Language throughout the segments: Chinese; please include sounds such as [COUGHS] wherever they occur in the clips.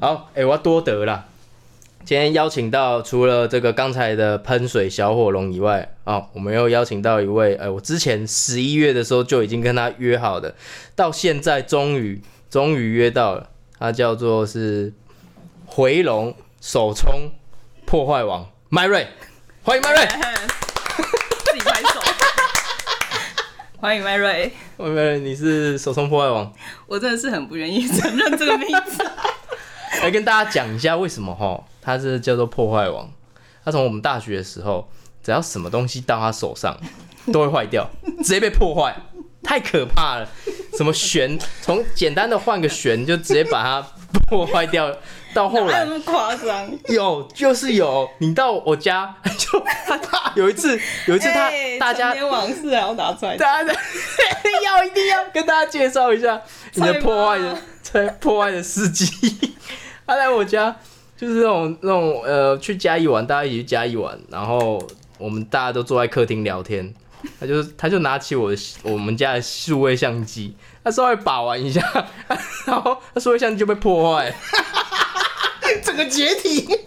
好，哎、我要多得啦。今天邀请到除了这个刚才的喷水小火龙以外，哦，我们又邀请到一位，呃，我之前十一月的时候就已经跟他约好的，到现在终于终于约到了，他叫做是回龙首冲破坏王麦瑞，欢迎麦 [LAUGHS] 瑞，自己拍手。 [LAUGHS] 欢迎麦瑞，麦瑞，你是首冲破坏王，我真的是很不愿意承认这个名字。来跟大家讲一下为什么哈，他是叫做破坏王。他从我们大学的时候，只要什么东西到他手上， [LAUGHS] 都会坏掉，直接被破坏，太可怕了。什么弦，从简单的换个弦就直接把它破坏掉，到 [LAUGHS] 后哪有来那么夸张？有就是有，你到我家 [LAUGHS] 就他他有一次有一次他、哎大家陈年往事还要拿出来讲，大家 [LAUGHS] 要一定要跟大家介绍一下你的破坏的在破坏的事迹。 [LAUGHS] 他来我家就是那种那种呃，去嘉义玩，大家一起去嘉义玩，然后我们大家都坐在客厅聊天。他就是他就拿起我的我们家的数位相机，他稍微把玩一下， [LAUGHS] 然后他数位相机就被破坏，整个解体，整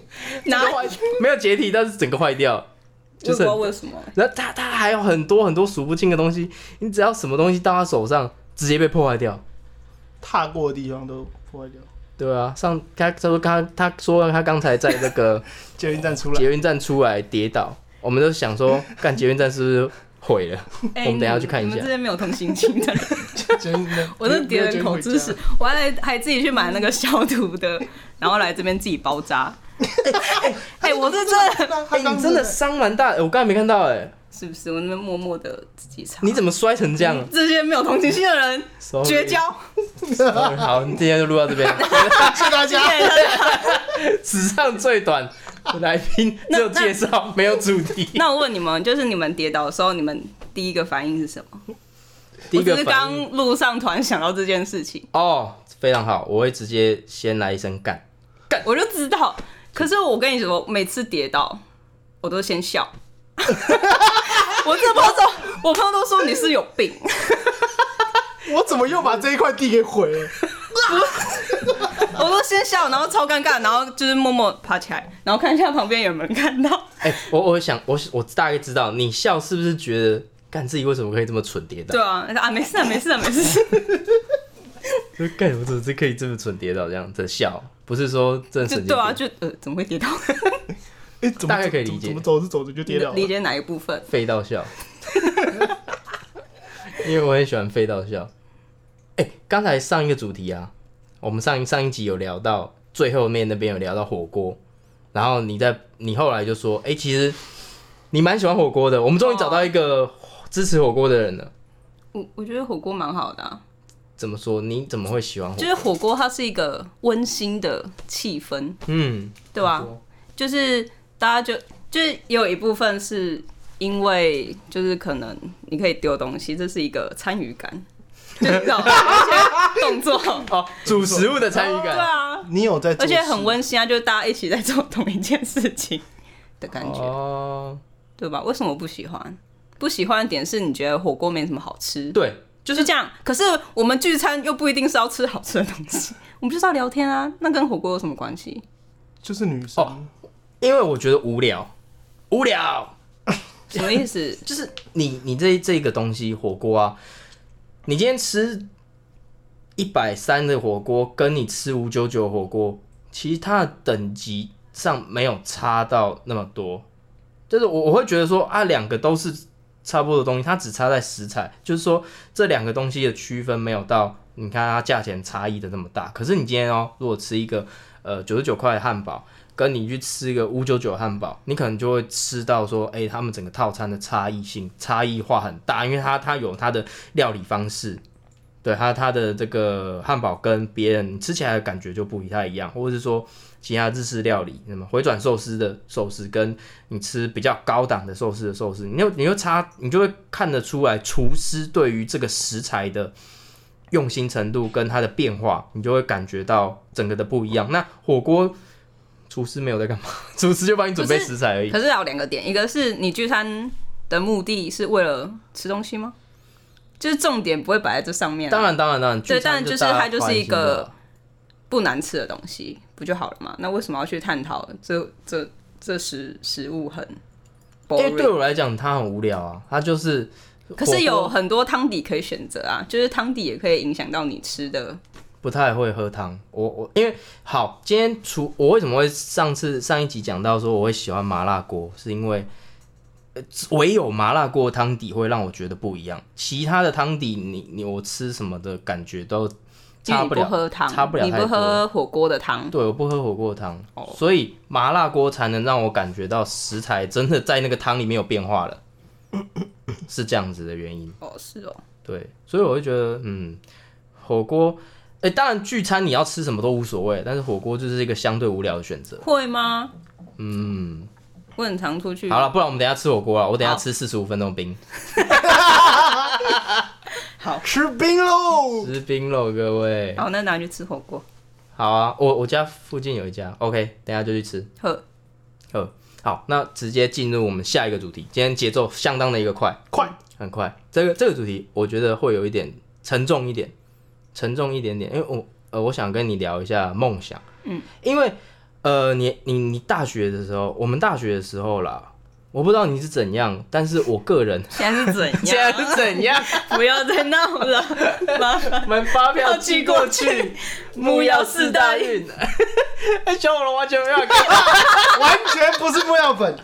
哪个坏 [LAUGHS] 没有解体，但是整个坏掉，我也就不是知很道为什么。然后他他还有很多很多数不清的东西，你只要什么东西到他手上，直接被破坏掉。踏过的地方都破坏掉。对啊，上他他说他他说他刚才在那个捷运站出来，捷运站出来跌倒，我们都想说，干捷运站是不是毁了？哎我们等一下去看一下你们这些没有同情心的人， [LAUGHS] 捷运站我真的跌了口知识。。我还还自己去买那个消毒的，然后来这边自己包扎。 [LAUGHS] 哎、我是真的，他哎、你真的伤蛮大的，我刚才没看到哎、是不是？我那边默默的自己擦。你怎么摔成这样？啊哦这些没有同情心的人 Sorry 绝交？ Sorry，好，今天就录到这 [LAUGHS] 边，谢谢大家。史上最短来宾只有介绍，没有主题。 [LAUGHS] 那我问你们，就是你们跌倒的时候，你们第一个反应是什么？第一我个只是反应刚路上突然想到这件事情，哦，非常好，我会直接先来一声干。我就知道。可是我跟你说，每次跌倒，我都先 [LAUGHS] 笑。我这朋友说，我朋友都说你是有 [LAUGHS] 病，我怎么又把这一块地给毁了？我都先笑，然后超尴尬，然后就是默默爬起来，然后看一下旁边有没有人看 [LAUGHS] 到。哎、我我想，我我大概知道你笑是不是觉得，干自己为什么可以这么蠢跌倒对？啊，啊没事啊，没事啊，没事，就干我怎么是可以这么蠢跌倒这样的笑？不是说真的就 [LAUGHS] 神经对啊，病就呃怎么会 [LAUGHS] 跌倒？哎，怎么大概可以理解怎么走着走着就跌 [LAUGHS] 倒了理。解哪一部分？废到笑， [LAUGHS] 因为我很喜欢废到笑。哎、刚才上一个主题啊，我们上一上一集有聊到最后面那边有聊到火锅，然后你在你后来就说，哎、其实你蛮喜欢火锅的，我们终于找到一个支持火锅的人了。我我觉得火锅蛮好的、啊，怎么说？你怎么会喜欢火就？是火锅它是一个温馨的气氛，嗯，对吧、火锅就是大家就就是也有一部分是因为就是可能你可以丢东西，这是一个参与感， [LAUGHS] 就是这种一些动作，哦，煮食物的参与对感，啊，你有在做而事？且很温馨啊，就是大家一起在做同一件事情的感觉，哦，对吧？为什么不喜欢？不喜欢的点是你觉得火锅没什么好吃，对，就是这样。可是我们聚餐又不一定是要吃好吃的东西， [LAUGHS] 我们就是要聊天啊，那跟火锅有什么关系？就是女生哦，因为我觉得无聊，无聊，什么意思？就是你你这这个东西火锅啊，你今天吃一百三的火锅，跟你吃五九九火锅，其实它的等级上没有差到那么多，就是我我会觉得说啊，两个都是差不多的东西，它只差在食材，就是说这两个东西的区分没有到，你看它价钱差异的那么大。可是你今天哦，如果吃一个呃九十九块的汉堡，跟你去吃一个五九九汉堡，你可能就会吃到说，哎、他们整个套餐的差异性差异化很大，因为它它有它的料理方式。对它它的这个汉堡跟别人吃起来的感觉就不太一样，或者是说其他日式料理，那么回转寿司的寿司跟你吃比较高档的寿司的寿司，你又你又差，你就会看得出来厨师对于这个食材的用心程度跟它的变化，你就会感觉到整个的不一样。那火锅厨师没有在干嘛， [LAUGHS] 厨师就帮你准备可是食材而已 [LAUGHS] 可。是还有两个点，一个是你聚餐的目的是为了吃东西吗？就是重点不会摆在这上面啊、当然，当然，当然，对聚餐但就是大家它就是开心一个就好不难吃的东西不就好了嘛？那为什么要去探讨这这这食食物很因为对 boring？我来讲，它很无聊啊，它就是火锅。可是有很多汤底可以选择啊，就是汤底也可以影响到你吃的。不太会喝汤，我我因为好，今天除我为什么会上次上一集讲到说我会喜欢麻辣锅，是因为呃唯有麻辣锅汤底会让我觉得不一样，其他的汤底你你我吃什么的感觉都因为差你不不了，喝汤，差不了你太不多喝火锅的汤，对，我不喝火锅汤，哦所以麻辣锅才能让我感觉到食材真的在那个汤里面有变化 [LAUGHS] 了，是这样子的原因。哦，是哦，对，所以我会觉得，嗯，火锅，哎、当然聚餐你要吃什么都无所谓，但是火锅就是一个相对无聊的选择。会吗？嗯，我很常出去。好了，不然我们等一下吃火锅啊，我等一下好吃四十五分钟冰，吃冰喽！吃冰喽，各位。好，那拿去吃火锅。好啊，我我家附近有一家，OK，等一下就去吃。呵，呃，好，那直接进入我们下一个主题，今天节奏相当的一个快，快，很快。这个这个主题我觉得会有一点沉重一点，沉重一点点，因为我呃，我想跟你聊一下梦想。嗯，因为呃，你你你大学的时候，我们大学的时候啦，我不知道你是怎样，但是我个人现在是怎样？ [LAUGHS] 现在是怎样，不要再闹 [LAUGHS] 了，麻烦我们发票要寄寄过过去去，木曜四大运。运。 [LAUGHS] 小火龙完全没有完全不是木药 [LAUGHS] 粉。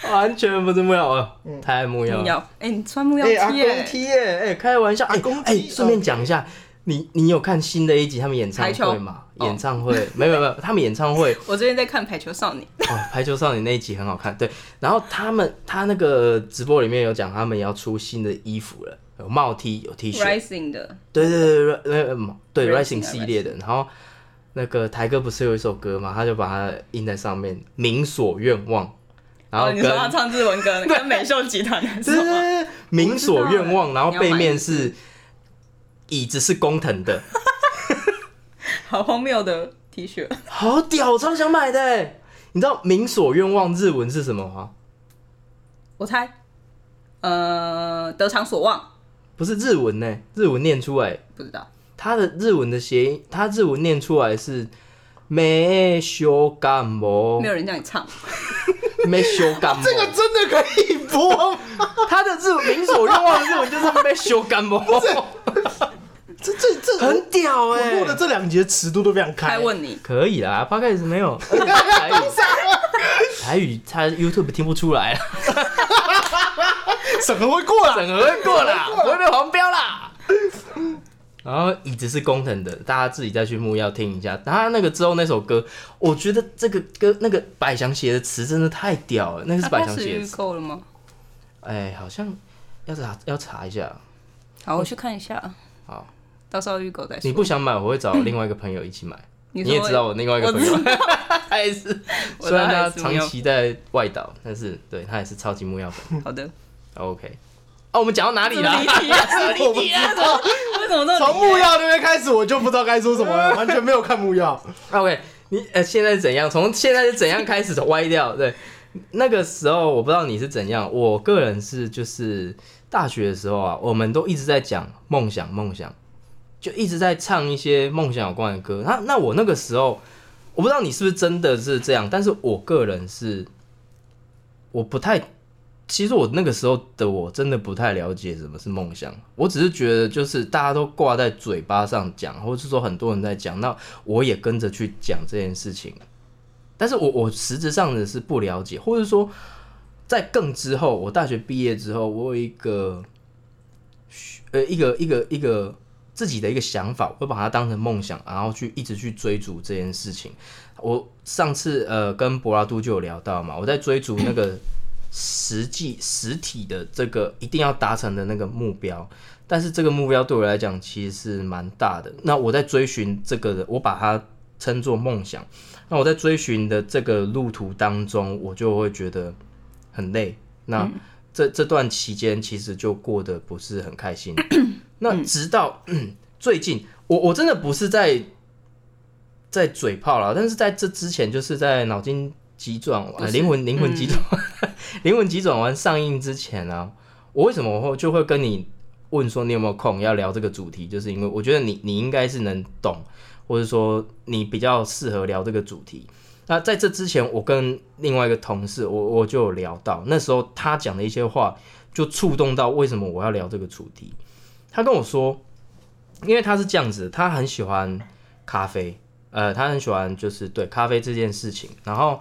看，完全不是木曜啊，太木曜木了。曜，哎、你穿木曜哎阿踢、耶公踢耶，哎、开玩笑，哎、公哎，鸡顺、便讲一下，你你有看新的一集他们演唱排球会吗？哦演唱会、没有没有没有，他们演唱会我最近在看《排球少年》，哦，排球少年那一集很好看，对。然后他们他那个直播里面有讲，他们要出新的衣服了，有帽 T，有 T 恤， Rising 的，对对对对，呃嗯对 Rising Rising 系列的。然后那个台哥不是有一首歌嘛，他就把它印在上面，《明所愿望》，然后哦你跟说他唱日 [LAUGHS] 文歌，跟美秀集团的对是对吗？对，明所愿望，我知道然后背你要买面椅子是椅子是工藤的， [LAUGHS] 好荒谬的 T 恤，好屌，超想买的欸。你知道明所愿望日文是什么吗？我猜，呃，得偿所望，不是日文呢，日文念出来，不知道。它的日文的谐音，它日文念出来是没修干毛没，有人叫你唱，没修干毛。这个真的可以播吗？它的日文明所愿望的日文就是没修干毛，这这这很屌我哎、录的这两节尺度都非常还开。问你，可以啦，八开始没有而且台语，台语他 YouTube 听不出来啦。审核会过 [LAUGHS] 了，整合会 [LAUGHS] 过啦，不会被黄标啦。然后椅子是工藤的，大家自己再去木曜听一下。他那个之后那首歌，我觉得这个歌那个百祥鞋的词真的太屌了，那个是啊他百开祥始鞋的预词。购了吗？哎，好像要查要查一下。好，我去看一下。好，到时候预购再说。你不想买，我会找另外一个朋友一起买。哎你你也知道我另外一个朋友我知， [LAUGHS] 他也是，我知虽道然他他也是木长曜期在外岛，但是对他也是超级木曜粉。好的， OK，哦，我们讲到哪里怎 [LAUGHS] 么了离？题啊？怎么 [LAUGHS] 我不离知题啊？怎道么 [LAUGHS] 为什么都从木曜那边开始，我就不知道该说什 [LAUGHS] 么了，完全没有看木曜。 OK，你呃现在是怎样？从现在是怎样开始歪掉？对，那个时候我不知道你是怎样，我个人是就是大学的时候啊，我们都一直在讲梦想，梦想，就一直在唱一些梦想有关的歌。那那我那个时候，我不知道你是不是真的是这样，但是我个人是，我不太。其实我那个时候的我真的不太了解什么是梦想，我只是觉得就是大家都挂在嘴巴上讲，或者是说很多人在讲，那我也跟着去讲这件事情，但是我我实质上的是不了解，或者说在更之后，我大学毕业之后，我有一个呃一个一个一个自己的一个想法，我会把它当成梦想，然后去一直去追逐这件事情。我上次呃跟柏拉图就有聊到嘛，我在追逐那个实际实体的这个一定要达成的那个目标，但是这个目标对我来讲其实是蛮大的。那我在追寻这个的，我把它称作梦想。那我在追寻的这个路途当中，我就会觉得很累。那这、这段期间其实就过得不是很开 [COUGHS] 心。那直到、最近，我我真的不是在在嘴炮啦，但是在这之前，就是在脑筋急转不弯、是灵魂灵魂急转弯、 [LAUGHS] 灵魂急转弯上映之前啊，我为什么会就会跟你问说你有没有空要聊这个主题，就是因为我觉得你你应该是能懂，或者说你比较适合聊这个主题。那在这之前，我跟另外一个同事，我我就有聊到，那时候他讲的一些话，就触动到为什么我要聊这个主题。他跟我说，因为他是这样子，他很喜欢咖啡，呃，他很喜欢就是对咖啡这件事情，然后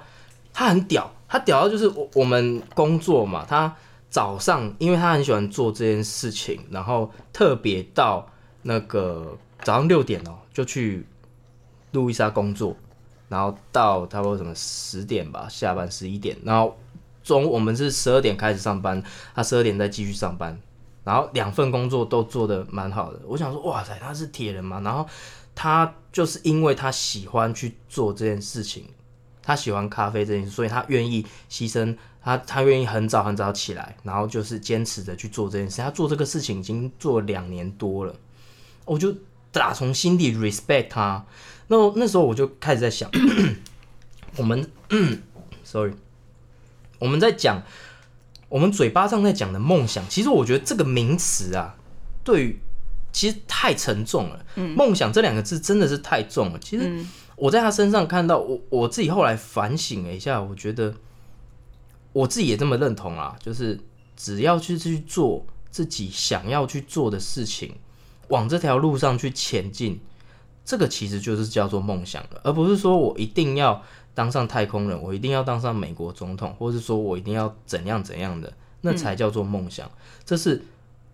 他很屌，他屌到就是我我们工作嘛，他早上因为他很喜欢做这件事情，然后特别到那个早上六点哦、就去路易莎工作，然后到差不多什么十点吧，下班十一点，然后中午我们是十二点开始上班，他十二点再继续上班，然后两份工作都做得蛮好的。我想说，哇塞，他是铁人嘛。然后他就是因为他喜欢去做这件事情，他喜欢咖啡这件事，所以他愿意牺牲，他他愿意很早很早起来，然后就是坚持着去做这件事。他做这个事情已经做了两年多了，我就打从心底 respect 他。那那时候我就开始在想， [COUGHS] 我们 [COUGHS] sorry，我们在讲。我们嘴巴上在讲的梦想，其实我觉得这个名词啊，对于其实太沉重了。梦、想这两个字真的是太重了。其实我在他身上看到，我我自己后来反省了一下，我觉得我自己也这么认同啊，就是只要去去做自己想要去做的事情，往这条路上去前进，这个其实就是叫做梦想了，而不是说我一定要当上太空人，我一定要当上美国总统，或是说我一定要怎样怎样的，那才叫做梦想。这是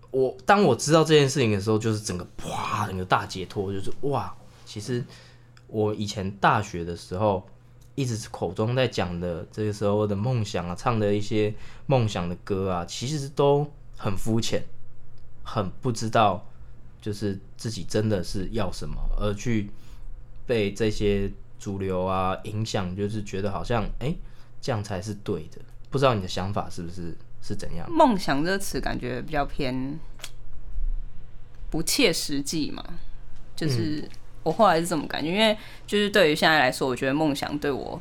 我当我知道这件事情的时候，就是整个啪，整个大解脱，就是哇，其实我以前大学的时候。一直口中在讲的这个时候的梦想啊，唱的一些梦想的歌啊，其实都很肤浅，很不知道就是自己真的是要什么，而去被这些主流啊影响，就是觉得好像哎、诶这样才是对的。不知道你的想法是不是是怎样？梦想这个词感觉比较偏不切实际嘛，嗯就是我后来是这么感觉，因为就是对于现在来说，我觉得梦想对我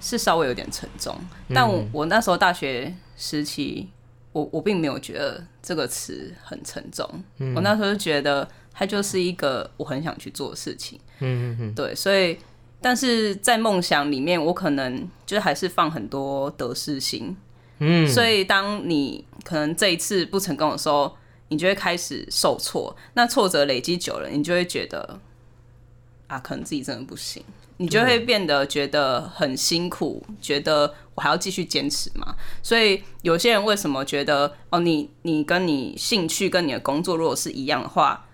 是稍微有点沉重，嗯但我我那时候大学时期，我我并没有觉得这个词很沉重，嗯我那时候就觉得它就是一个我很想去做的事情。嗯嗯对，所以但是在梦想里面，我可能就还是放很多得失心，嗯所以当你可能这一次不成功的时候，你就会开始受挫，那挫折累积久了，你就会觉得啊，可能自己真的不行。你就会变得觉得很辛苦，觉得我还要继续坚持嘛。所以有些人为什么觉得哦，你你跟你兴趣跟你的工作如果是一样的话，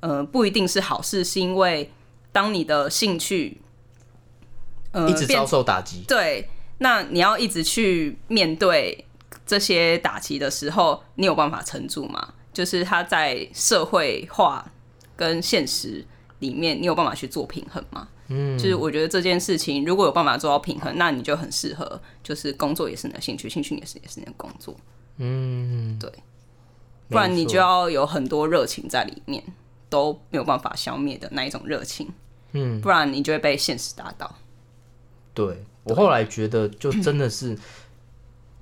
呃，不一定是好事，是因为当你的兴趣呃嗯，一直变遭受打击。对，那你要一直去面对这些打击的时候，你有办法撑住吗？就是他在社会化跟现实里面，你有办法去做平衡吗？嗯，就是我觉得这件事情如果有办法做到平衡，那你就很适合，就是工作也是你的兴趣，兴趣也是也是你的工作，嗯，对不然你没就错要有很多热情在里面，都没有办法消灭的那一种热情，嗯不然你就会被现实打倒。对我后来觉得，就真的是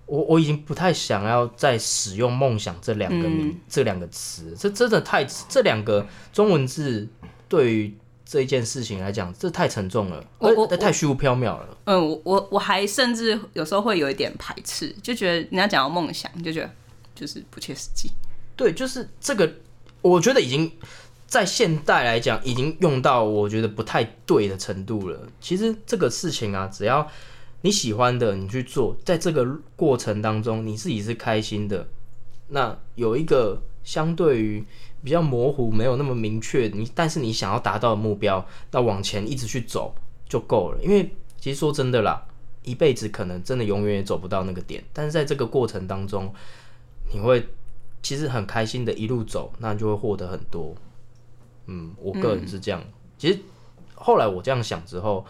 我我已经不太想要再使用“梦想”这两个名、嗯这两个词，这真的太这两个中文字对于这一件事情来讲，这太沉重了，我我呃太虚无缥缈了。嗯，我我我还甚至有时候会有一点排斥，就觉得人家讲到梦想，就觉得就是不切实际。对，就是这个，我觉得已经在现代来讲，已经用到我觉得不太对的程度了。其实这个事情啊，只要你喜欢的，你去做，在这个过程当中，你自己是开心的，那有一个相对于比较模糊、没有那么明确，你但是你想要达到的目标，那往前一直去走就够了。因为其实说真的啦，一辈子可能真的永远也走不到那个点，但是在这个过程当中，你会其实很开心的一路走，那就会获得很多。嗯，我个人是这样。其实后来我这样想之后，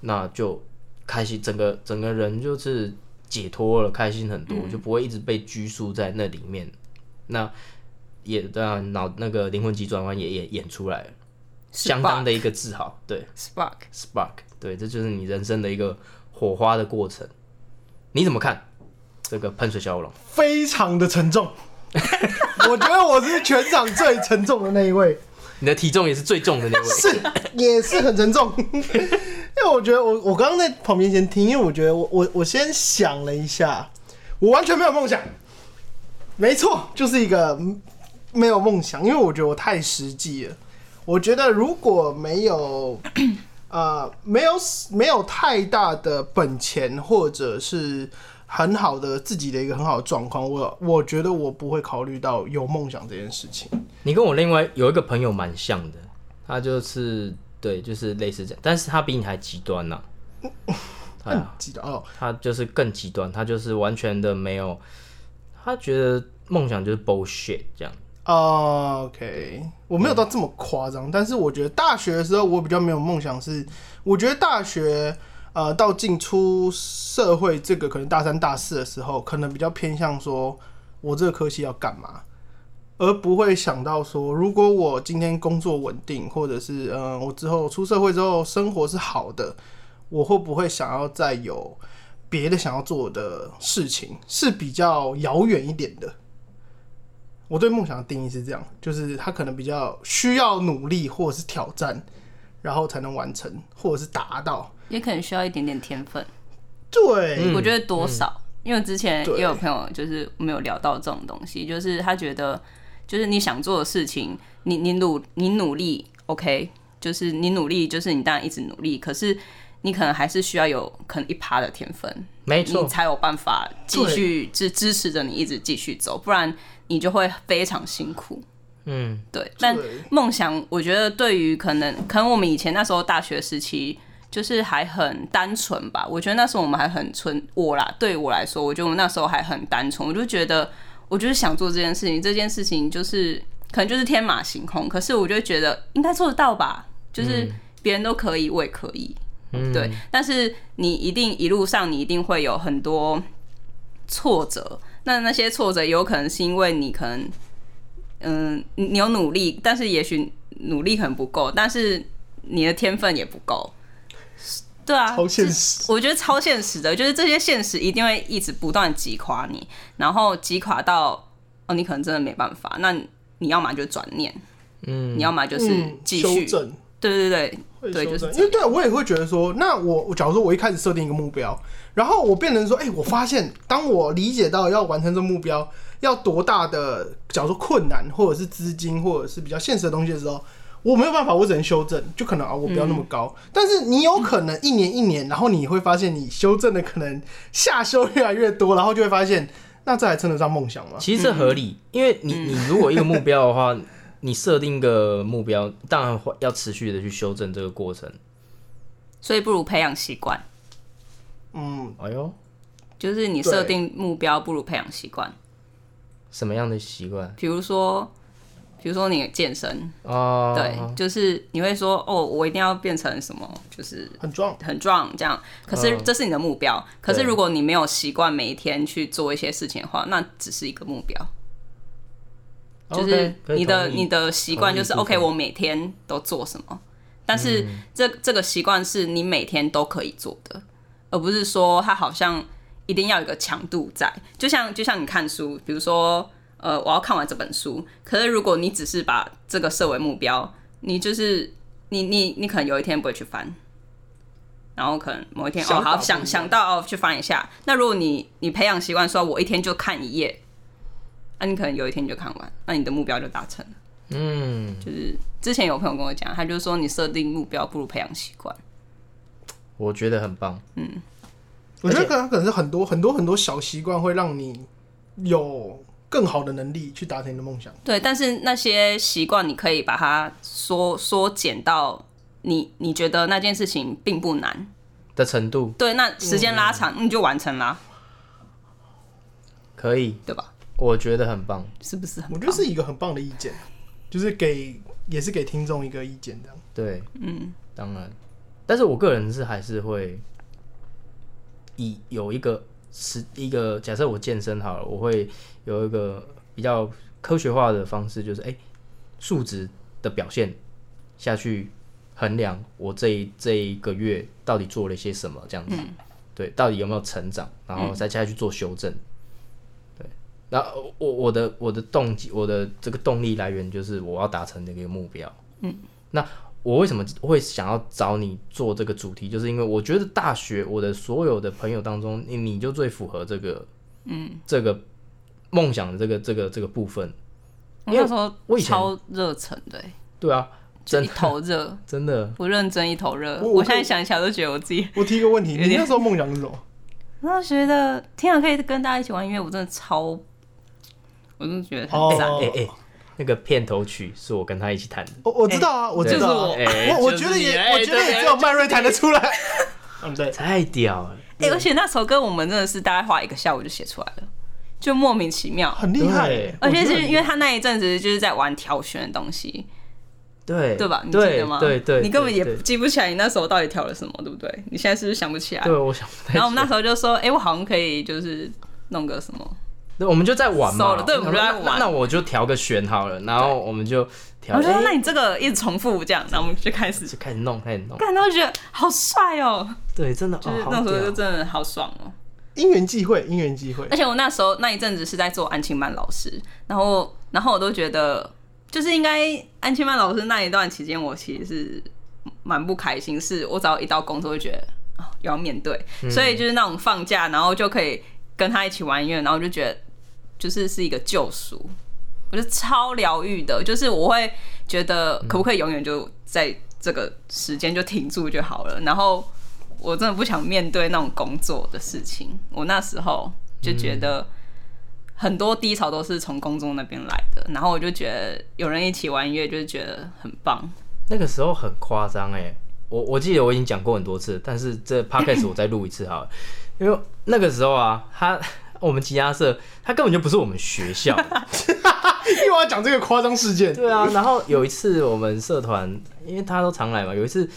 那就开心，整个整个人就是解脱了，开心很多，就不会一直被拘束在那里面。那也当然脑那个灵魂急转弯也也演出来了，相当的一个自豪。对 spark。 ，spark，对，这就是你人生的一个火花的过程。你怎么看这个喷水小火龙？非常的沉重。 [LAUGHS] 我觉得我是全场最沉重的那一位，你的体重也是最重的那位，是也是很沉重。 [LAUGHS] 因为我觉得我我刚刚在旁边先听，因为我觉得我我我先想了一下，我完全没有梦想。没错，就是一个嗯没有梦想，因为我觉得我太实际了。我觉得如果没有 [COUGHS] 呃没有没有太大的本钱，或者是很好的自己的一个很好的状况，我我觉得我不会考虑到有梦想这件事情。你跟我另外有一个朋友蛮像的，他就是对，就是类似这样，但是他比你还极端 [LAUGHS] 呐、哎呀，记得哦，他就是更极端，他就是完全的没有，他觉得梦想就是 bullshit 这样。哦 OK，我没有到这么夸张，但是我觉得大学的时候我比较没有梦想是，我觉得大学呃到进出社会这个可能大三大四的时候，可能比较偏向说我这个科系要干嘛，而不会想到说如果我今天工作稳定，或者是呃我之后出社会之后生活是好的，我会不会想要再有别的想要做的事情是比较遥远一点的。我对梦想的定义是这样，就是它可能比较需要努力或者是挑战，然后才能完成或者是达到。也可能需要一点点天分，对，嗯我觉得多少，因为之前对也有朋友就是没有聊到这种东西，就是他觉得就是你想做的事情，你你努你努力，OK，就是你努力，就是你当然一直努力，可是你可能还是需要有可能一趴的天分，没你错，才有办法继续支支持着你一直继续走，不然你就会非常辛苦。嗯，对，但对梦想，我觉得对于可能可能我们以前那时候大学时期，就是还很单纯吧。我觉得那时候我们还很纯，我啦，对我来说，我觉得我们那时候还很单纯。我就觉得，我就是想做这件事情，这件事情就是可能就是天马行空，可是我就觉得应该做得到吧，就是别人都可以，我也可以。对，但是你一定一路上你一定会有很多挫折，那那些挫折有可能是因为你可能，嗯、你你有努力，但是也许努力很不够，但是你的天分也不够，对啊，超现实。我觉得超现实的，就是这些现实一定会一直不断击垮你，然后击垮到哦，你可能真的没办法，那你要么就转念，嗯，你要么就是嗯继修续，正，对对对，会对修就是正这因为对我也会觉得说，那我我假如说我一开始设定一个目标，然后我变成说，哎、我发现当我理解到要完成这目标要多大的，假如说困难或者是资金或者是比较现实的东西的时候。我没有办法，我只能修正，就可能啊，我不要嗯那么高。但是你有可能一年一年，然后你会发现你修正的可能下修越来越多，然后就会发现，那这还称得上梦想吗？其实这合理，因为你嗯 [LAUGHS] 你如果一个目标的话，你设定个目标，当然会要持续的去修正这个过程。所以不如培养习惯。嗯，哎呦，就是你设定目标，不如培养习惯。什么样的习惯比如说，比如说你健身，啊？对，就是你会说，哦，我一定要变成什么，就是很壮。很壮这样。可是嗯这是你的目标，可是如果你没有习惯每一天去做一些事情的话，那只是一个目标。就 OK，是可以你的同意你的习惯就是同意嗯 OK，部分我每天都做什么，但是这这个习惯是你每天都可以做的，而不是说它好像一定要有一个强度在，就像就像你看书，比如说呃我要看完这本书，可是如果你只是把这个设为目标，你就是你你你可能有一天不会去翻。然后可能某一天哦，想法好不一想样想到哦，去翻一下。那如果你你培养习惯，说我一天就看一页，那、你可能有一天你就看完，那你的目标就达成了。嗯，就是之前有朋友跟我讲，他就说你设定目标不如培养习惯。我觉得很棒。我觉得可能可能是很多很多很多小习惯会让你有更好的能力去达成你的梦想。对，但是那些习惯你可以把它缩缩减到你你觉得那件事情并不难。的程度对，那时间拉长、嗯你就完成啦，可以，对吧？我觉得很棒。是不是很我棒？觉得是一个很棒的意见，就是给也是给听众一个意见这样。对，嗯，当然，但是我个人是还是会以有一个是一个假设我健身好了，我会有一个比较科学化的方式，就是哎、数值的表现下去衡量我这一这一个月到底做了些什么，这样子，对，到底有没有成长，然后再下去做修正。对，那我我的我的动机，我的这个动力来源就是我要达成这个目标。嗯，那我为什么会想要找你做这个主题，就是因为我觉得大学我的所有的朋友当中，你你就最符合这个，嗯，这个梦想的这个这个这个部分。我因为那时候我以前超热忱的、欸对啊，就真一头 [LAUGHS] 热，真的，我认真一头热。我我现在想一想都觉得我自 [LAUGHS] 己，我提一个问题，有点你那时候梦想是什么？然后觉得天啊，可以跟大家一起玩音乐，我真的超，我真的觉得很赞。哦哎、哎、那个片头曲是我跟他一起弹的。我我知道啊，我知道啊，就是我哎我我就是觉得也你哎我觉得也对只有麦瑞弹得出 [LAUGHS] 来。嗯，对，太屌了！哎、而且那首歌我们真的是大概花一个下午就写出来了，就莫名其妙。很厉害对，而且我觉得是很因为他那一阵子就是在玩挑选的东西，对对吧？你记对得吗？对对，你根本对也对记不起来你那时候到底挑了什么，对不对？你现在是不是想不起来？对，我想不太起来。然后我们那时候就说，哎、我好像可以就是弄个什么，对我们就在玩搜嘛，了对我们就在那玩那我就调个弦好了，然后我们就调，我就说，哎那你这个一直重复这样，然后我们就开始就开始弄，开始弄。干，然后觉得好帅哦，对，真的，就是哦，好那时候屌就真的好爽哦。因缘际会，因缘际会而。且我那时候那一阵子是在做安亲班老师，然后然后我都觉得，就是应该安亲班老师那一段期间，我其实是蛮不开心，是我只要一到工作就觉得啊、又要面对，所以就是那种放假，然后就可以跟他一起玩音乐，然后我就觉得就是是一个救赎，我觉得超疗愈的，就是我会觉得可不可以永远就在这个时间就停住就好了，然后我真的不想面对那种工作的事情，我那时候就觉得。嗯很多低潮都是从工作那边来的，然后我就觉得有人一起玩音乐，就是觉得很 [LAUGHS] 棒。那个时候很夸张哎，我我记得我已经讲过很多次，但是这 podcast 我再录一次好了，因为那个时候啊，他我们吉他社，他根本就不是我们学校，哎又要讲这个夸张事件，对啊，然后有一次我们社团，因为他都常来嘛，有一次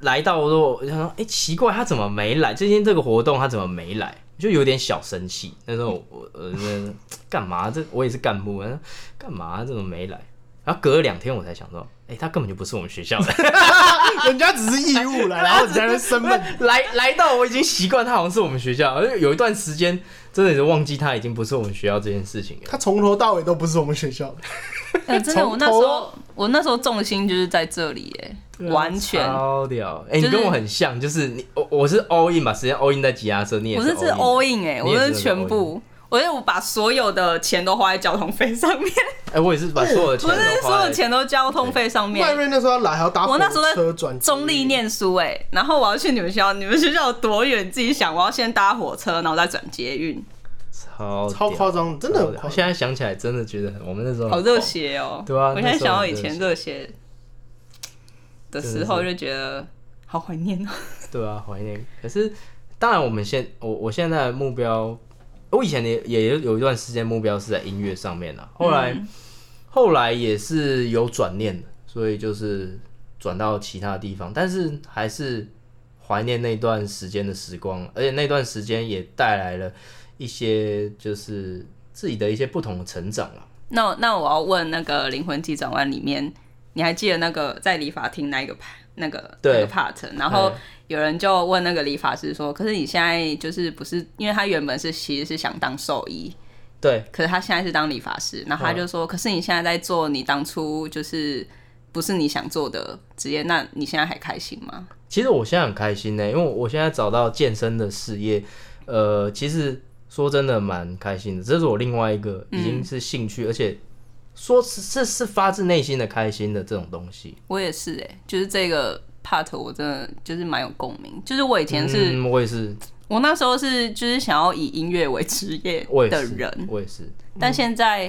来到我说，我就想说，哎、奇怪，他怎么没来？最近这个活动他怎么没来？就有点小生气。那时候我我呃那干嘛？这我也是干部，啊，干嘛这么没来？然后隔了两天我才想说，哎、他根本就不是我们学校的。 [LAUGHS] 人家只是义务 [LAUGHS] 了，然后你在那边生闷。 [LAUGHS] 来来到我已经习惯他好像是我们学校，而且有一段时间真的是忘记他已经不是我们学校这件事情了。他从头到尾都不是我们学校的，呃，真的，从我那时候我那时候重心就是在这里耶，啊完全。超屌！哎、你就是跟我很像，就是你我我是 all in 把时间 all in 在吉他社，你也我是是 all 指 in all in 哎、你我也是是全部，我是我把所有的钱都花在交通费上面，哎、我也是把所有的钱我都是所花有在钱都交通费上麦面。瑞那时候要来还要搭火我那时候在车转中立，念书哎、然后我要去你们学校，你们学校有多远？你自己想，我要先搭火车，然后再转捷运，超超夸张，真的很夸我张。现在想起来，真的觉得我们那时候好热，血哦、对啊我现在那时候想到很以前热血的时候，就觉得好怀 [LAUGHS] 念哦、对啊，怀念。可是当然，我们现我我现在的目标，我以前也也有有一段时间目标是在音乐上面啦，后来、后来也是有转念的，所以就是转到其他地方，但是还是怀念那段时间的时光，而且那段时间也带来了一些就是自己的一些不同的成长啊啦。那那我要问那个《灵魂急转弯》里面，你还记得那个在理发厅那一个 part 那个那对个 part？然后有人就问那个理发师说：“可是你现在就是不是？因为他原本是其实是想当兽医，对，嗯可是他现在是当理发师。”然后他就说：“可是你现在在做你当初就是不是你想做的职业，那你现在还开心吗其实我现在很开心呢、因为我我现在找到健身的事业，呃，其实说真的蛮开心的，这是我另外一个嗯已经是兴趣，而且说是是是发自内心的开心的这种东西。？”我也是哎、就是这个 part 我真的就是蛮有共鸣。就是我以前是、嗯、我也是，我那时候是就是想要以音乐为职业我也的是人，我也是，但现在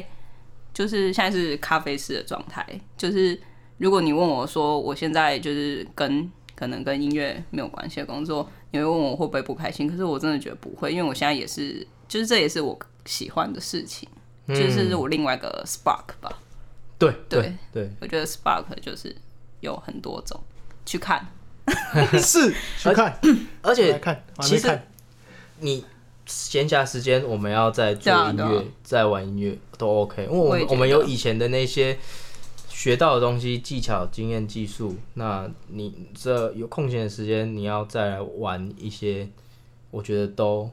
就是现在是咖啡师的状态，就是如果你问我说我现在就是跟可能跟音乐没有关系的工作，你会问我会不会不开心？可是我真的觉得不会，因为我现在也是，就是这也是我喜欢的事情，嗯就是我另外一个 spark 吧。对对对对，我觉得 spark 就是有很多种，去看 [LAUGHS] 是去看，而我来且看，我还其没实看。你闲暇时间我们要在做对啊音对啊乐，在玩音乐都 OK，因为我我们也觉得我们有以前的那些学到的东西、技巧、经验、技术，那你这有空闲的时间，你要再来玩一些，我觉得都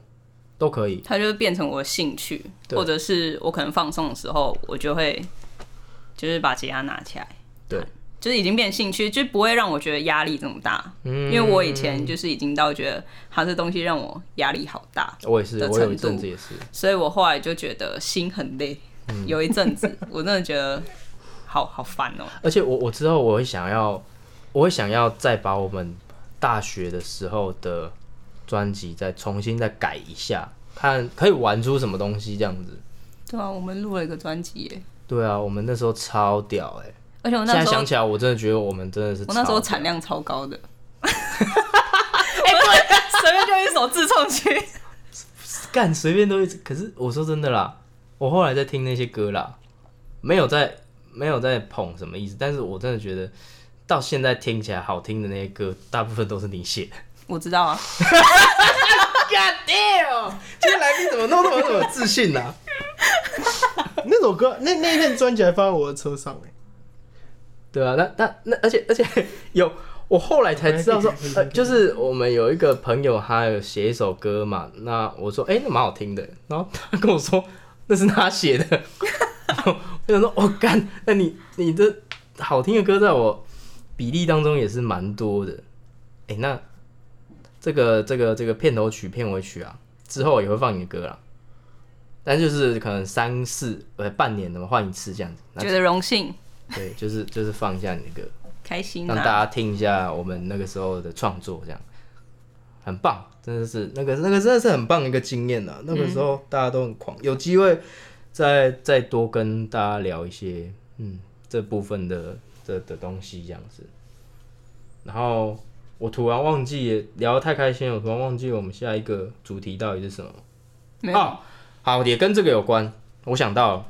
都可以。它就会变成我的兴趣，对或者是我可能放松的时候，我就会就是把吉他拿起来，啊对，就是已经变兴趣，就不会让我觉得压力这么大。嗯因为我以前就是已经到觉得它这东西让我压力好大，我也是，的我有程一阵度子也是，所以我后来就觉得心很累。嗯有一阵子，我真的觉得好好烦哦、而且我我之后我会想要，我会想要再把我们大学的时候的专辑再重新再改一下，看可以玩出什么东西这样子。对啊，我们录了一个专辑耶，对啊，我们那时候超屌哎、而且我现那在时候想起来，我真的觉得我们真的是我那时候超产量超高 [LAUGHS] 的，哎、不随便就一首自创曲。干随便都一直。可是我说真的啦，我后来在听那些歌啦，没有在没有在捧什么意思，但是我真的觉得到现在听起来好听的那些歌，大部分都是你 [LAUGHS] 写的。我知道啊， God damn！今天来宾怎么弄那么有自信呢、啊？那首歌那那一片专辑还放在我的车上哎、对啊，那那那，而且而且有，我后来才知道说，呃，就是我们有一个朋友，他有写一首歌嘛，那我说，哎、那蛮好听的，然后他跟我说那是他写的，我想说，我、干，那你你的好听的歌在我比例当中也是蛮多的，哎、那这个这个这个片头曲、片尾曲啊，之后也会放你的歌啦。但就是可能三四呃半年的嘛，换一次这样子，那觉得荣幸，对，就是就是放一下你的歌，开心让大家啊。听一下我们那个时候的创作，这样很棒，真的是那个那个真的是很棒的一个经验啊！那个时候大家都很狂，有机会再再多跟大家聊一些嗯这部分的的的东西这样子。然后我突然忘记聊得太开心了，我突然忘记我们下一个主题到底是什么。没有哦，好，也跟这个有关，我想到了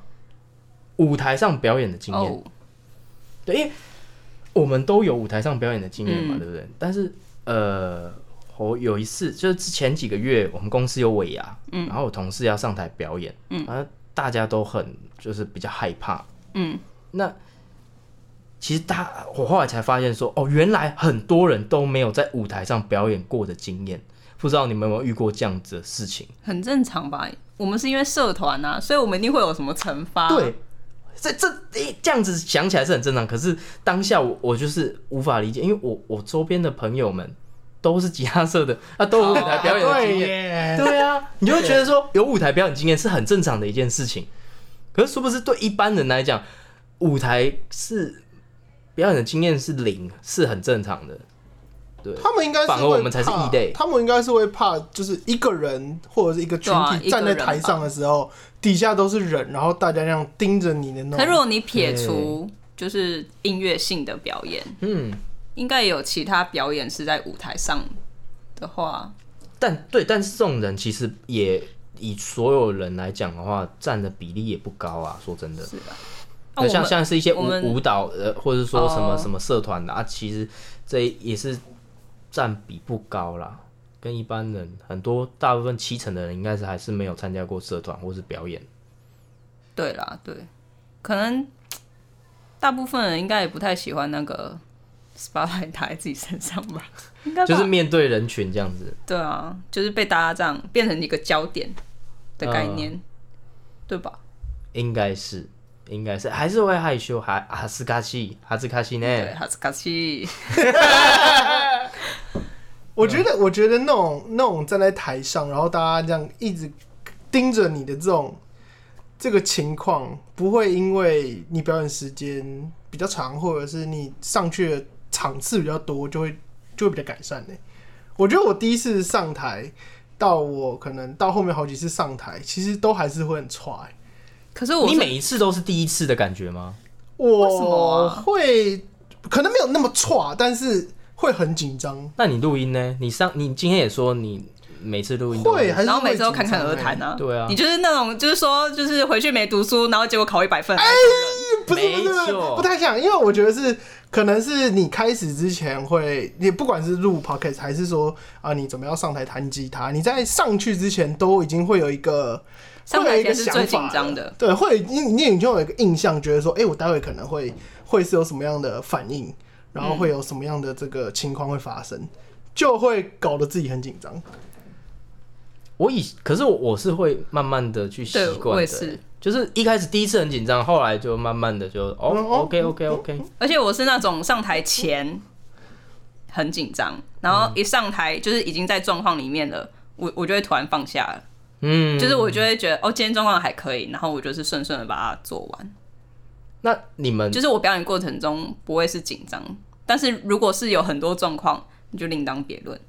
舞台上表演的经验。哦，对，因为我们都有舞台上表演的经验嘛，嗯对不对？但是呃，我有一次就是之前几个月，我们公司有尾牙，嗯，然后我同事要上台表演，嗯，然后大家都很就是比较害怕，嗯，那其实大我后来才发现说，哦，原来很多人都没有在舞台上表演过的经验。不知道你们有没有遇过这样子的事情？很正常吧？我们是因为社团啊，所以我们一定会有什么惩罚。对，，这这诶、这样子想起来是很正常，可是当下我我就是无法理解，因为我我周边的朋友们都是吉他社的，啊，都有舞台表演的经验，耶，对啊，你就会觉得说有舞台表演经验是很正常的一件事情，可是殊不知对一般人来讲，舞台是表演的经验是零，是很正常的，对，他们应该是反而会我们才是怕异类他们应该是会怕，就是一个人或者是一个群对啊体站在一个人吧台上的时候，底下都是人，然后大家那样盯着你的那可如种。果你撇除就是音乐性的表演，嗯。应该也有其他表演是在舞台上的话，但对，但是这种人其实也以所有人来讲的话，占的比例也不高啊。说真的，是吧？啊对，像像是一些我舞们舞蹈呃，或者说什么、哦什么社团的啊，其实这也是占比不高啦。跟一般人很多大部分七成的人应该是还是没有参加过社团或是表演。对啦，对，可能大部分人应该也不太喜欢那个 spotlight 打在自己身上 [LAUGHS] 吧，应该吧就是面对人群这样子，对啊，就是被大家这样变成一个焦点的概嗯念，对吧？应该是应该是还是会害羞，还啊哈斯卡西哈斯卡西呢？对，哈斯卡西，我觉得，我觉得那种那种站在台上，然后大家这样一直盯着你的这种这个情况，不会因为你表演时间比较长，或者是你上去的场次比较多，就会就会比较改善呢、欸我觉得我第一次上台，到我可能到后面好几次上台，其实都还是会很差、欸。可是我你是每一次都是第一次的感觉吗？为什么我啊会、可能没有那么差，但是会很紧张，那你录音呢？你上你今天也说你每次录音都会还哎是然后每会次都紧侃侃张而欸谈啊，对啊你就是那种就是说就是回去没读书，然后结果考一百分，哎、不是不没是不是错不太像，因为我觉得是可能是你开始之前会，你不管是录 podcast 还是说啊你准备要上台弹吉他，你在上去之前都已经会有一个。上会有台一个前是想最法紧张的了，对，会你你已经有一个印象，觉得说，哎、我待会可能会会是有什么样的反应，然后会有什么样的这个情况会发生，就会搞得自己很紧张。我以可是我我是会慢慢的去习对惯我的、也是就是一开始第一次很紧张，后来就慢慢的就哦、嗯 o k OK OK，而且我是那种上台前很紧张，然嗯后一上台就是已经在状况里面了，我我就会突然放下了，嗯，就是我就会觉得哦，今天状况还可以，然后我就是顺顺的把它做嗯完。那你们就是我表演过程中不会是紧张，但是如果是有很多状况，你就另当别论。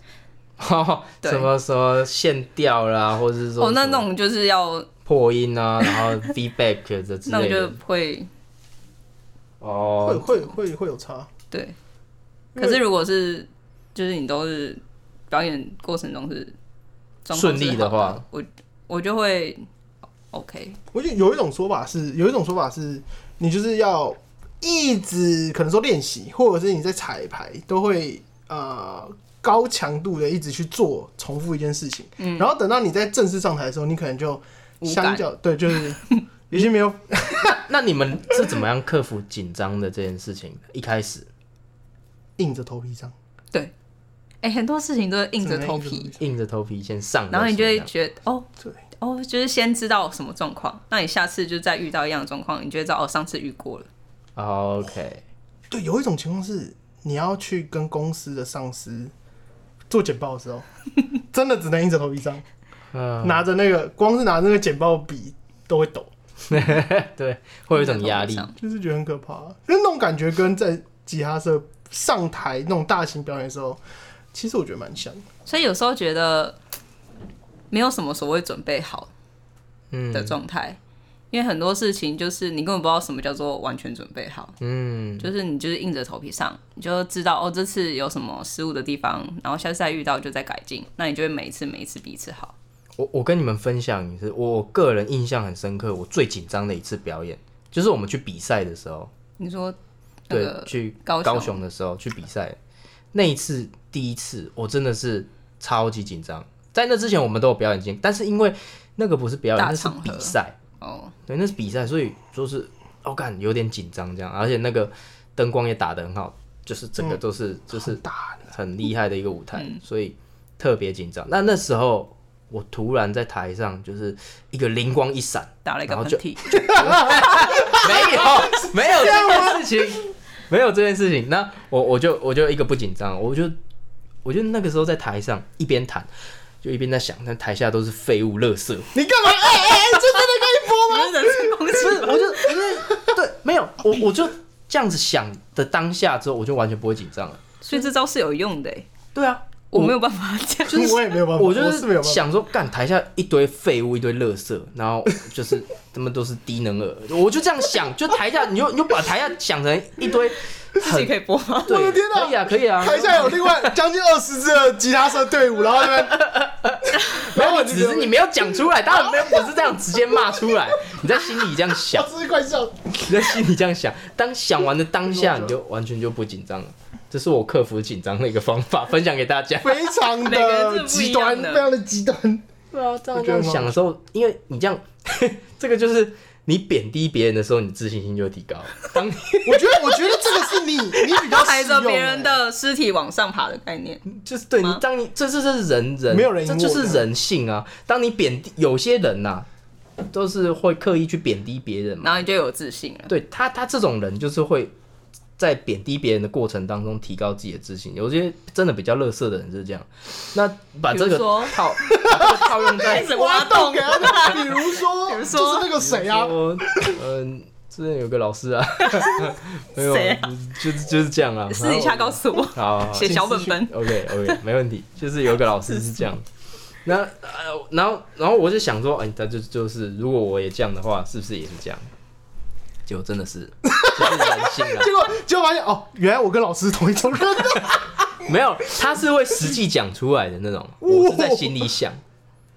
哦、对什么什么线调啦，或者是说哦，那什么那种就是要破音啊，然 [LAUGHS] 后 feedback 的之那种类就的会会哦，会会会有差，对。可因为是如果是就是你都是表演过程中是状况顺利是好的的话，我我就会 OK。我觉得有一种说法是，有一种说法是，你就是要一直可能说练习，或者是你在彩排都会呃高强度的一直去做重复一件事情，嗯，然后等到你在正式上台的时候，你可能就无感相较对就是已经没有那你们是怎么样克服紧张的这件事情？一开始硬着头皮上，哎、很多事情都是硬着只能头硬皮，硬着头皮先上，然后你就再会说觉得哦对哦，就是先知道什么状况，那你下次就再遇到一样的状况，你就会知道哦，上次遇过了。这样哦 [LAUGHS] OK，对，有一种情况是你要去跟公司的上司做简报的时候，真的只能硬着头皮上，嗯，拿着那个光是拿着那个简报笔都会抖。对，会有一种压力，就是觉得很可怕，因为那种感觉跟在吉他社上台那种大型表演的时候，其实我觉得蛮像的。所以有时候觉得没有什么所谓准备好嗯的状态，因为很多事情就是你根本不知道什么叫做完全准备好，嗯，就是你就是硬着头皮上，你就知道哦这次有什么失误的地方，然后下次再遇到就再改进，那你就会每一次每一次比一次好。我我跟你们分享一次，我个人印象很深刻，我最紧张的一次表演，就是我们去比赛的时候，你说那对，个去高雄高雄的时候去比赛，那一次第一次我真的是超级紧张。在那之前我们都有表演经验，但是因为那个不是表演，大那是场合比赛，哦，对，那是比赛，所以就是哦，感有点紧张这样，而且那个灯光也打得很好，就是整个都是、嗯就是大很厉害的一个舞台，所以特别紧张。那那时候我突然在台上就是一个灵光一闪，打了一个然后喷就嚏， [LAUGHS] 没有，没有这件事情，没有这件事情。那我我就我就一个不紧张，我就我就那个时候在台上一边弹，就一边在想，那台下都是废物、垃圾。你干嘛？哎哎哎，这真的可以播吗？人身攻不击是，我就因为对，没有，我我就这样子想的当下之后，我就完全不会紧张了。 [LAUGHS] 所以这招是有用的欸，对啊，我没有办法这样。 [LAUGHS] 就是我也没有办法，我哦我就是没有办法。想说，干台下一堆废物，一堆垃圾，然后就是他们都是低能儿，我就这样想，就台下你就你就把台下想成一堆自己很可以播吗？对，我的天哪可以啊，可以啊，台下有另外将近二十支的吉他社队伍，然后 [LAUGHS] 那边没有，只是你没有讲出来，当然没有，不是这样直接骂出来， [LAUGHS] 你在心里这样想 [LAUGHS] 老，师快笑。你在心里这样想，当想完的当下，你就完全就不紧张了。这是我克服紧张的一个方法，分享给大家。非常每个人的是不一极样端，的非常的极端。对啊，这样我觉得很好想的时候，因为你这样， [LAUGHS] 这个就是你贬低别人的时候，你自信心就会提高。当你 [LAUGHS] 我觉得，我觉得这个是你，你 [LAUGHS] 比较抬适着用别人欸。的尸体往上爬的概念，就是对你吗，当你这这这是人人，没有人赢这我就是的人性啊。当你贬低有些人呐、都是会刻意去贬低别人嘛。然后你就有自信了。对他，他这种人就是会在贬低别人的过程当中提高自己的自信。有些真的比较乐色的人是这样，那把这比个如说套把这个套用 [LAUGHS] 在开始挖挖洞洞给，他们，比如说， [LAUGHS] 比如说就是那个谁 [LAUGHS] 啊，说嗯。之前有个老师啊， [LAUGHS] 没有，谁啊就就是就是这样啊。私底下告诉我，好，好好写小本 [LAUGHS] 本。 OK OK，没问题。就是有一个老师是这样，那呃，然后然后我就想说，哎、他就就是如果我也这样的话，是不是也是这样？结果真的是，就是人性啊结。果结果发现哦，原来我跟老师是同一种人。没有，他是会实际讲出来的那种，我是在心里想。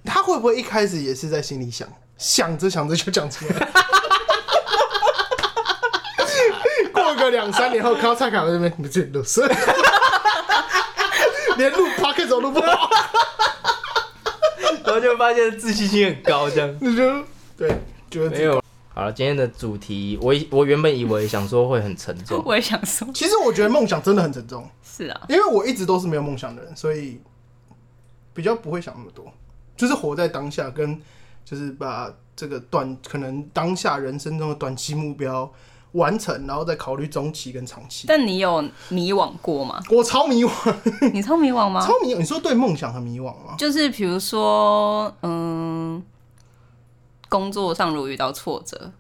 他会不会一开始 [LAUGHS] 也是在心里想，想着想着就讲出来？个两三年后看到蔡凯文这边，你们这都是， [LAUGHS] 连录 p o c a s t 都录不好， [LAUGHS] 然后就发现自信心很高，这样。 [LAUGHS] 你就对，觉得自没己有。好了，今天的主题，我以我原本以为想说会很沉重， [LAUGHS] 我也想说，其实我觉得梦想真的很沉重，是啊，因为我一直都是没有梦想的人，所以比较不会想那么多，就是活在当下，跟就是把这个短可能当下人生中的短期目标完成，然后再考虑中期跟长期。但你有迷惘过 [LAUGHS] 吗？我超迷惘，你超迷惘吗？超迷惘。你说对梦想很迷惘吗？就是比如说，嗯，工作上如果遇到挫折，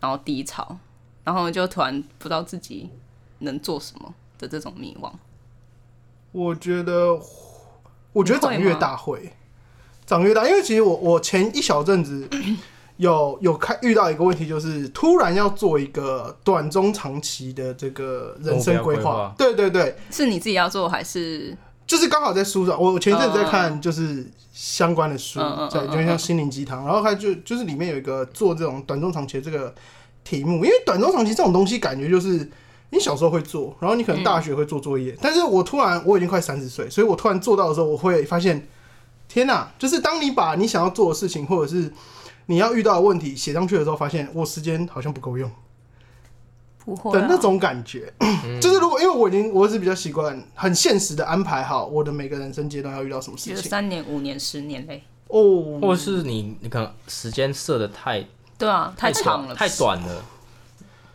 然后低潮，然后就突然不知道自己能做什么的这种迷惘。我觉得，我觉得你会长越吗大会，长越大，因为其实我我前一小阵子 [COUGHS] 有有看遇到一个问题，就是突然要做一个短中长期的这个人生目标规规划划，对对对，是你自己要做还是就是刚好在书上，我我前一阵子在嗯看就是相关的书嗯嗯嗯，对，嗯就像心灵鸡汤，然后它就就是里面有一个做这种短中长期的这个题目，因为短中长期这种东西感觉就是你小时候会做，然后你可能大学会做作业，但是我突然我已经快三十岁，所以我突然做到的时候，我会发现，天哪、就是当你把你想要做的事情或者是你要遇到的问题写上去的时候，发现我时间好像不够用。不会、的啊？那种感觉。嗯就是如果因为我已经我是比较习惯很现实的安排好我的每个人生阶段要遇到什么觉事得情三年、五年、十年嘞？哦，或是你你可能时间设的太对啊，太短长了，太短了。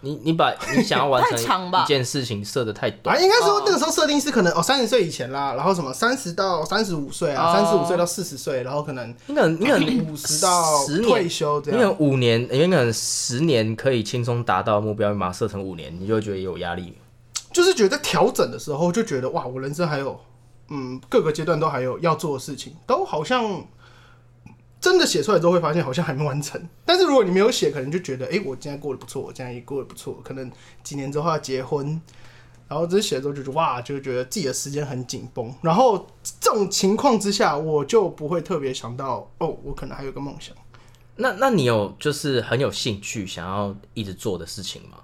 你你把你想要完 [LAUGHS] 太成长吧一件事情设的太短，啊，应该说那个时候设定是可能哦三十岁以前啦，然后什么三十到三十五岁啊，哦三十五岁到四十岁，然后可能你可 [LAUGHS] 能你可能五十到十退年，休这你可能样。五年，你可能十年可以轻松达到的目标，你把它设成五年，你就会觉得有压力。就是觉得在调整的时候就觉得哇，我人生还有嗯各个阶段都还有要做的事情，都好像。真的写出来之后会发现好像还没完成，但是如果你没有写，可能就觉得，哎、我现在过得不错，我现在也过得不错，可能几年之后要结婚，然后只是写了之后就觉得哇，就觉得自己的时间很紧绷，然后这种情况之下，我就不会特别想到，哦，我可能还有个梦想。那那你有就是很有兴趣想要一直做的事情吗？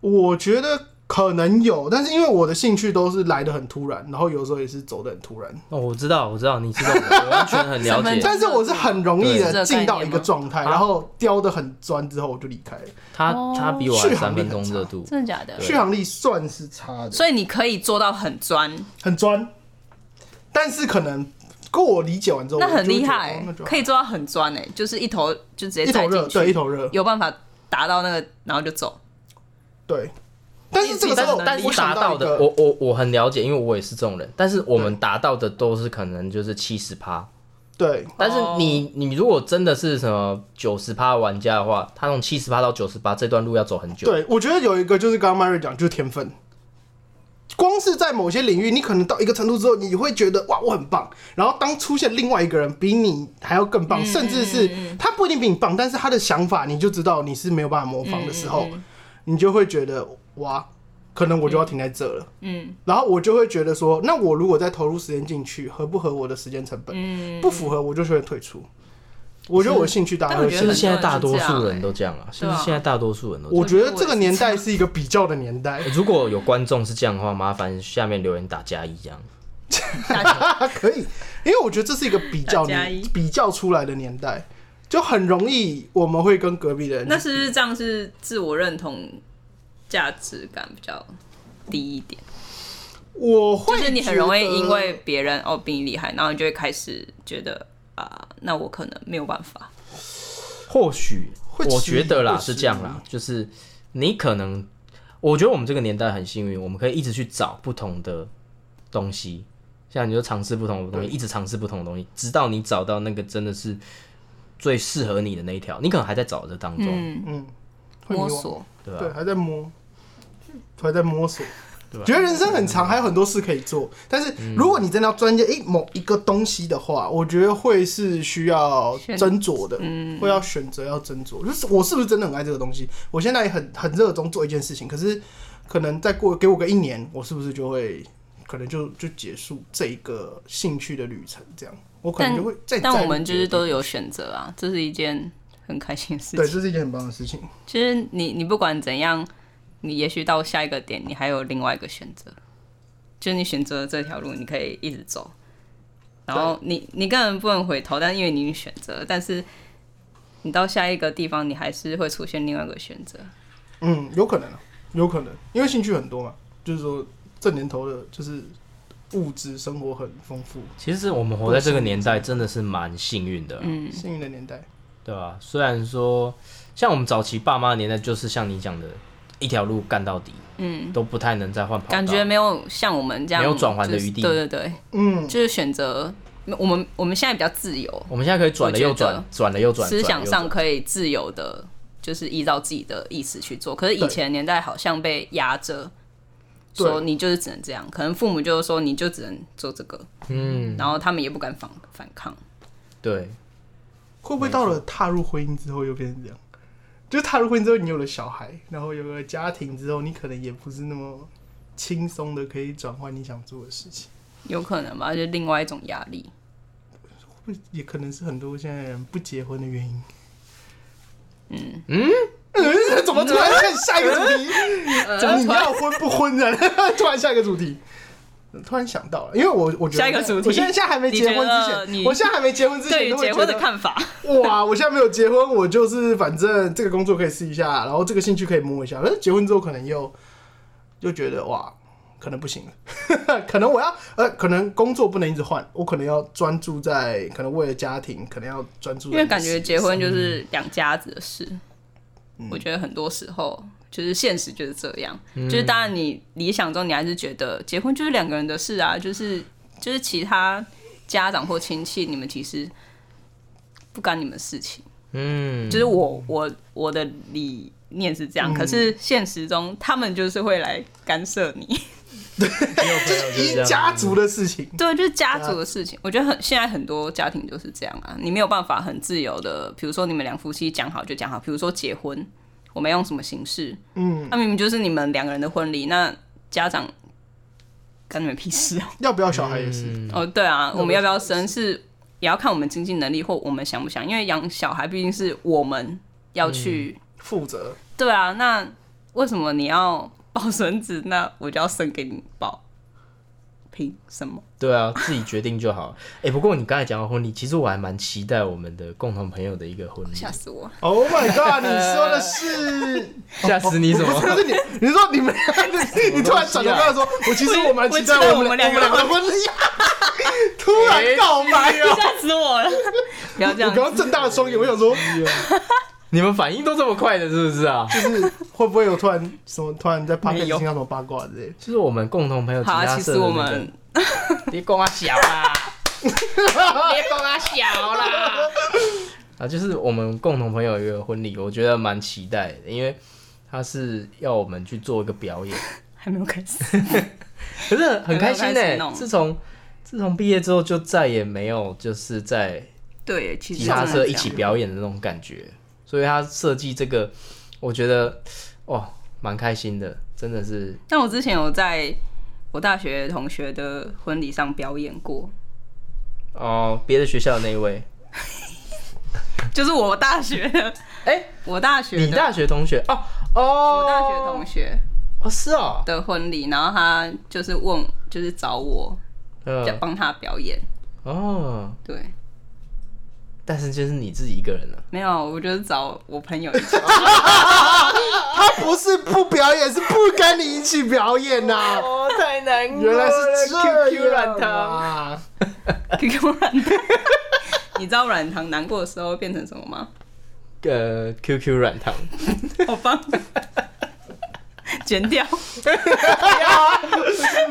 我觉得可能有，但是因为我的兴趣都是来的很突然，然后有时候也是走的很突然。哦，我知道，我知道， [LAUGHS] 你知道，我完全很了身份解证。但是我是很容易对的进到一个状这态，个概念吗然后雕的很专之后我就离开了。他哦他比我还续航三力分很钟长热度，真的假的？续航力算是差的，所以你可以做到很专，很专，但是可能跟我理解完之后，那我很就会厉觉得害欸哦那就，好可以做到很专哎，就是一头就直接一栽头热，进对，一去，头热，有办法达到那个，然后就走。对。但是这个时但是候，但是我达想到一的，个，我我我很了解，因为我也是这种人。但是我们达到的都是可能就是七十哦趴，对，但是你你如果真的是什么九十趴玩家的话，他从七十趴到九十趴这段路要走很久。对，我觉得有一个就是刚刚 Mary 讲，就是天分。光是在某些领域，你可能到一个程度之后，你会觉得哇，我很棒。然后当出现另外一个人比你还要更棒，甚至是他不一定比你棒，但是他的想法你就知道你是没有办法模仿的时候，你就会觉得哇，可能我就要停在这了。嗯，然后我就会觉得说，那我如果再投入时间进去，合不合我的时间成本？不符合我就会退出。我觉得我的兴趣大概但我会觉其得是实很现在大多很数多人人都这样啊，其对实啊现在大多数人都这样我觉得这个年我觉得我代也是是一个比较的年代。如果有观众是这样的话，麻烦下面留言打加一，这样大家啊， [LAUGHS] 可以，因为我觉得这是一个比较大家一年比较出来的年代，就很容易我们会跟隔壁的人。那是不是这样是自我认同价值感比较低一点？我会就是你很觉容易得因为别人哦比你厉害，然后你就会开始觉得啊、那我可能没有办法。或许会我迟疑觉得啦会是迟这样疑啦，就是你可能，我觉得我们这个年代很幸运，我们可以一直去找不同的东西，像你就尝试不同的东西，一直尝试不同的东西，直到你找到那个真的是最适合你的那一条。你可能还在找这当中，嗯，嗯会摸迷惘索。对吧、对还在摸，还在摸索。觉得人生很嗯长，还有很多事可以做。但是如果你真的要专业诶某一个东西的话，我觉得会是需要选嗯斟酌的，会要选择要斟酌。就是我是不是真的很爱这个东西？我现在也很很热衷做一件事情，可是可能再过给我个一年，我是不是就会可能就就结束这一个兴趣的旅程？这样我可能就会再。但再我们就是都有有选择啊，这是一件很开心的事对，情。这是一件很棒的事情。其实你你不管怎样，你也许到下一个点，你还有另外一个选择，就是你选择这条路，你可以一直走，然后你你根本不能回头，但因为你已经选择，但是你到下一个地方，你还是会出现另外一个选择。嗯，有可能啊，有可能，因为兴趣很多嘛，就是说这年头的，就是物质生活很丰富，其实我们活在这个年代真的是蛮幸运的，嗯，幸运的年代。对吧、虽然说像我们早期爸妈的年代，就是像你讲的，一条路干到底，嗯，都不太能再换跑道，感觉没有像我们这样没有转圜的余地就是对对对，嗯，就是选择我们我们现在比较自由，我们现在可以转了又我觉转，转了又转，思转了想又上可以自由的，就是依照自己的意思去做。可是以对前年代好像被压着，对说你就是只能这样，可能父母就是说你就只能做这个，转，嗯，然后他们也不敢反反抗。对，会不会到了踏入婚姻之后又变成这样？就是踏入婚姻之后，你有了小孩，然后有了家庭之后，你可能也不是那么轻松的可以转换你想做的事情，有可能吧，就另外一种压力。会也可能是很多现在人不结婚的原因。嗯嗯。怎么突然看下一个主题？呃怎么你要婚不婚的？突然下一个主题，突然想到了，因为我我觉得下一个主题我现在现在还没结你婚觉得之前，你我现在还没结婚之前，对于都会结觉婚的得看法，哇，我现在没有结婚，我就是反正这个工作可以试一下，然后这个兴趣可以摸一下。可是结婚之后，可能又又觉得哇，可能不行了， [LAUGHS] 可能我要呃，可能工作不能一直换，我可能要专注在，可能为了家庭，可能要专注在因为感觉结婚就是两家子的事。我觉得很多时候就是现实就是这样，就是当然你理想中你还是觉得结婚就是两个人的事啊，就是就是其他家长或亲戚你们其实不干你们事情。嗯，就是我我我的理念是这样，可是现实中他们就是会来干涉你。一家族的事情。对，就是家族的事情。我觉得很现在很多家庭就是这样啊，你没有办法很自由的，比如说你们两夫妻讲好就讲好，比如说结婚，我们要用什么形式？嗯，那明明就是你们两个人的婚礼，那家长干你们屁事啊！要不要小孩也是，嗯 [LAUGHS] 哦，对啊，我们要不要生是也要看我们经济能力或我们想不想，因为养小孩毕竟是我们要去。负责对啊，那为什么你要抱孙子？那我就要生给你抱，凭什么？对啊，自己决定就好。哎、不过你刚才讲到婚礼，其实我还蛮期待我们的共同朋友的一个婚礼。吓死我！ Oh my god！你说的是吓死你怎么 [LAUGHS] 不是不是你，你说你们，你你突然转头跟他说，我其实我蛮期待我们两我们两个的婚礼，突然告白哦！吓死我了！不要这我样刚，刚睁大了双眼，我想说，你们反应都这么快的，是不是啊？就是会不会有突然什么突然在 p o d 没 c 有听到什么八卦之类的？就是我们共同朋友吉好、啊，他其社实的我那个们，别讲啊 [LAUGHS] 小啦，哦别讲啊小啦。啊，就是我们共同朋友一个婚礼，我觉得蛮期待的，因为他是要我们去做一个表演，还没有开始， [LAUGHS] 可是很开心还呢、没有开始弄自从自从毕业之后，就再也没有就是在对，其实吉他真的社是一起表演的那种感觉，所以他设计这个，我觉得哦，蛮开心的，真的是但我之前有在我大学同学的婚礼上表演过，哦，别的学校的那一位，就是我大学 [LAUGHS] 的，哎、我大学你的，大学同学哦哦，我大学同学哦是哦，的婚礼，然后他就是问，就是找我，就嗯帮他表演。哦，对，但是就是你自己一个人了，没有，我就是找我朋友 [LAUGHS] 一起。 [LAUGHS] 他不是不表演，是不跟你一起表演呐、哦，太难原来是这啊 QQ 软糖，糖， QQ 软糖，你知道软糖难过的时候会变成什么吗？呃，QQ 软糖，好棒，剪掉。 [LAUGHS]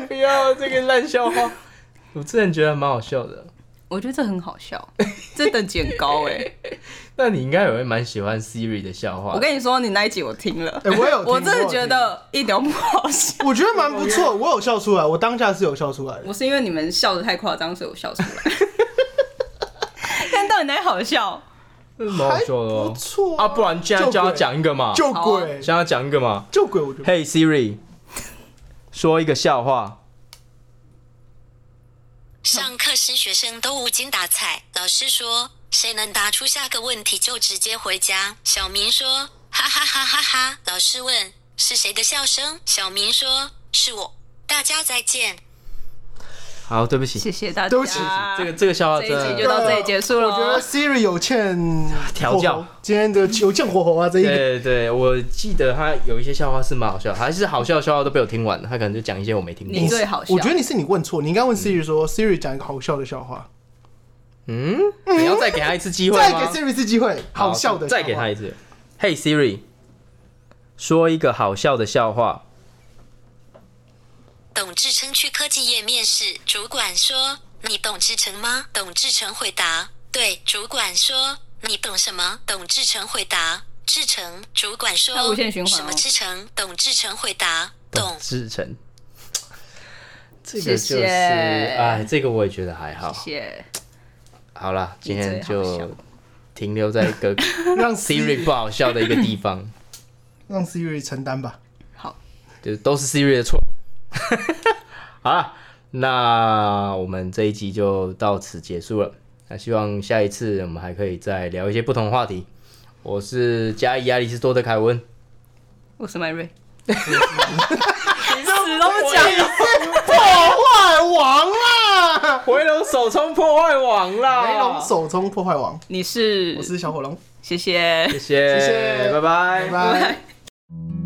不要这个烂笑话， [LAUGHS] 我之前觉得蛮好笑的，我觉得这很好笑，这等级很高哎、 [LAUGHS] 那你应该也会蛮喜欢 Siri 的笑话我，跟你说，你那一集我听了，哎我有听 [LAUGHS] 我真我的有觉听得一点都不好笑。我觉得蛮不错，我有笑出来，我当下是有笑出来的。我是因为你们笑的太夸张，所以我笑出来。 [LAUGHS] 但到底哪里好笑？蛮好还笑的不哦。错啊，不然现在叫他就鬼讲一个嘛，救好啊鬼，现在讲一个嘛。救鬼，我觉得 Hey Siri，说一个笑话。上课时学生都无精打采，老师说谁能答出下个问题就直接回家。小明说哈哈哈哈哈。老师问是谁的笑声？小明说：“是我。”大家再见。好，对不起，谢谢大家。对不起这个这个笑话这真一集的就到这里结束了。我觉得 Siri 有欠调教火候，今天的有欠火候啊，这一个对对，我记得他有一些笑话是蛮好笑，还是好笑的笑话都被我听完了，他可能就讲一些我没听你过。最好笑我觉得你是你问错，你应该问 Siri 说、Siri 讲一个好笑的笑话，嗯，你要再给他一次机会再吗给？Siri 一次机会，好笑的笑啊话再给他一次。Hey Siri，说一个好笑的笑话。董志成去科技业面试，主管说：“你懂志成吗？”董志成回答：“对。”主管说：“你懂什么？”董志成回答：“志成。”主管说那无限循：“环哦什么志成？”董志成回答：“懂。志成，这个谢就谢是，哎，这个我也觉得还好。谢谢。好啦，今天你最好笑就停留在一 [LAUGHS] 个让 Siri Siri 不好笑的一个地方， [LAUGHS] 让 Siri 承担吧。好，就是都是 Siri 的错。 [LAUGHS] 好啦，那我们这一集就到此结束了。那希望下一次我们还可以再聊一些不同的话题。我是嘉怡亚里士多德凯文，我是麦 [LAUGHS] 瑞。 [LAUGHS] 你死都不讲。破坏王啦！回龙手冲破坏网啦，雷龙，手冲破坏王，你是我是小火龙，谢谢。谢谢，谢 [LAUGHS] 谢拜拜拜拜。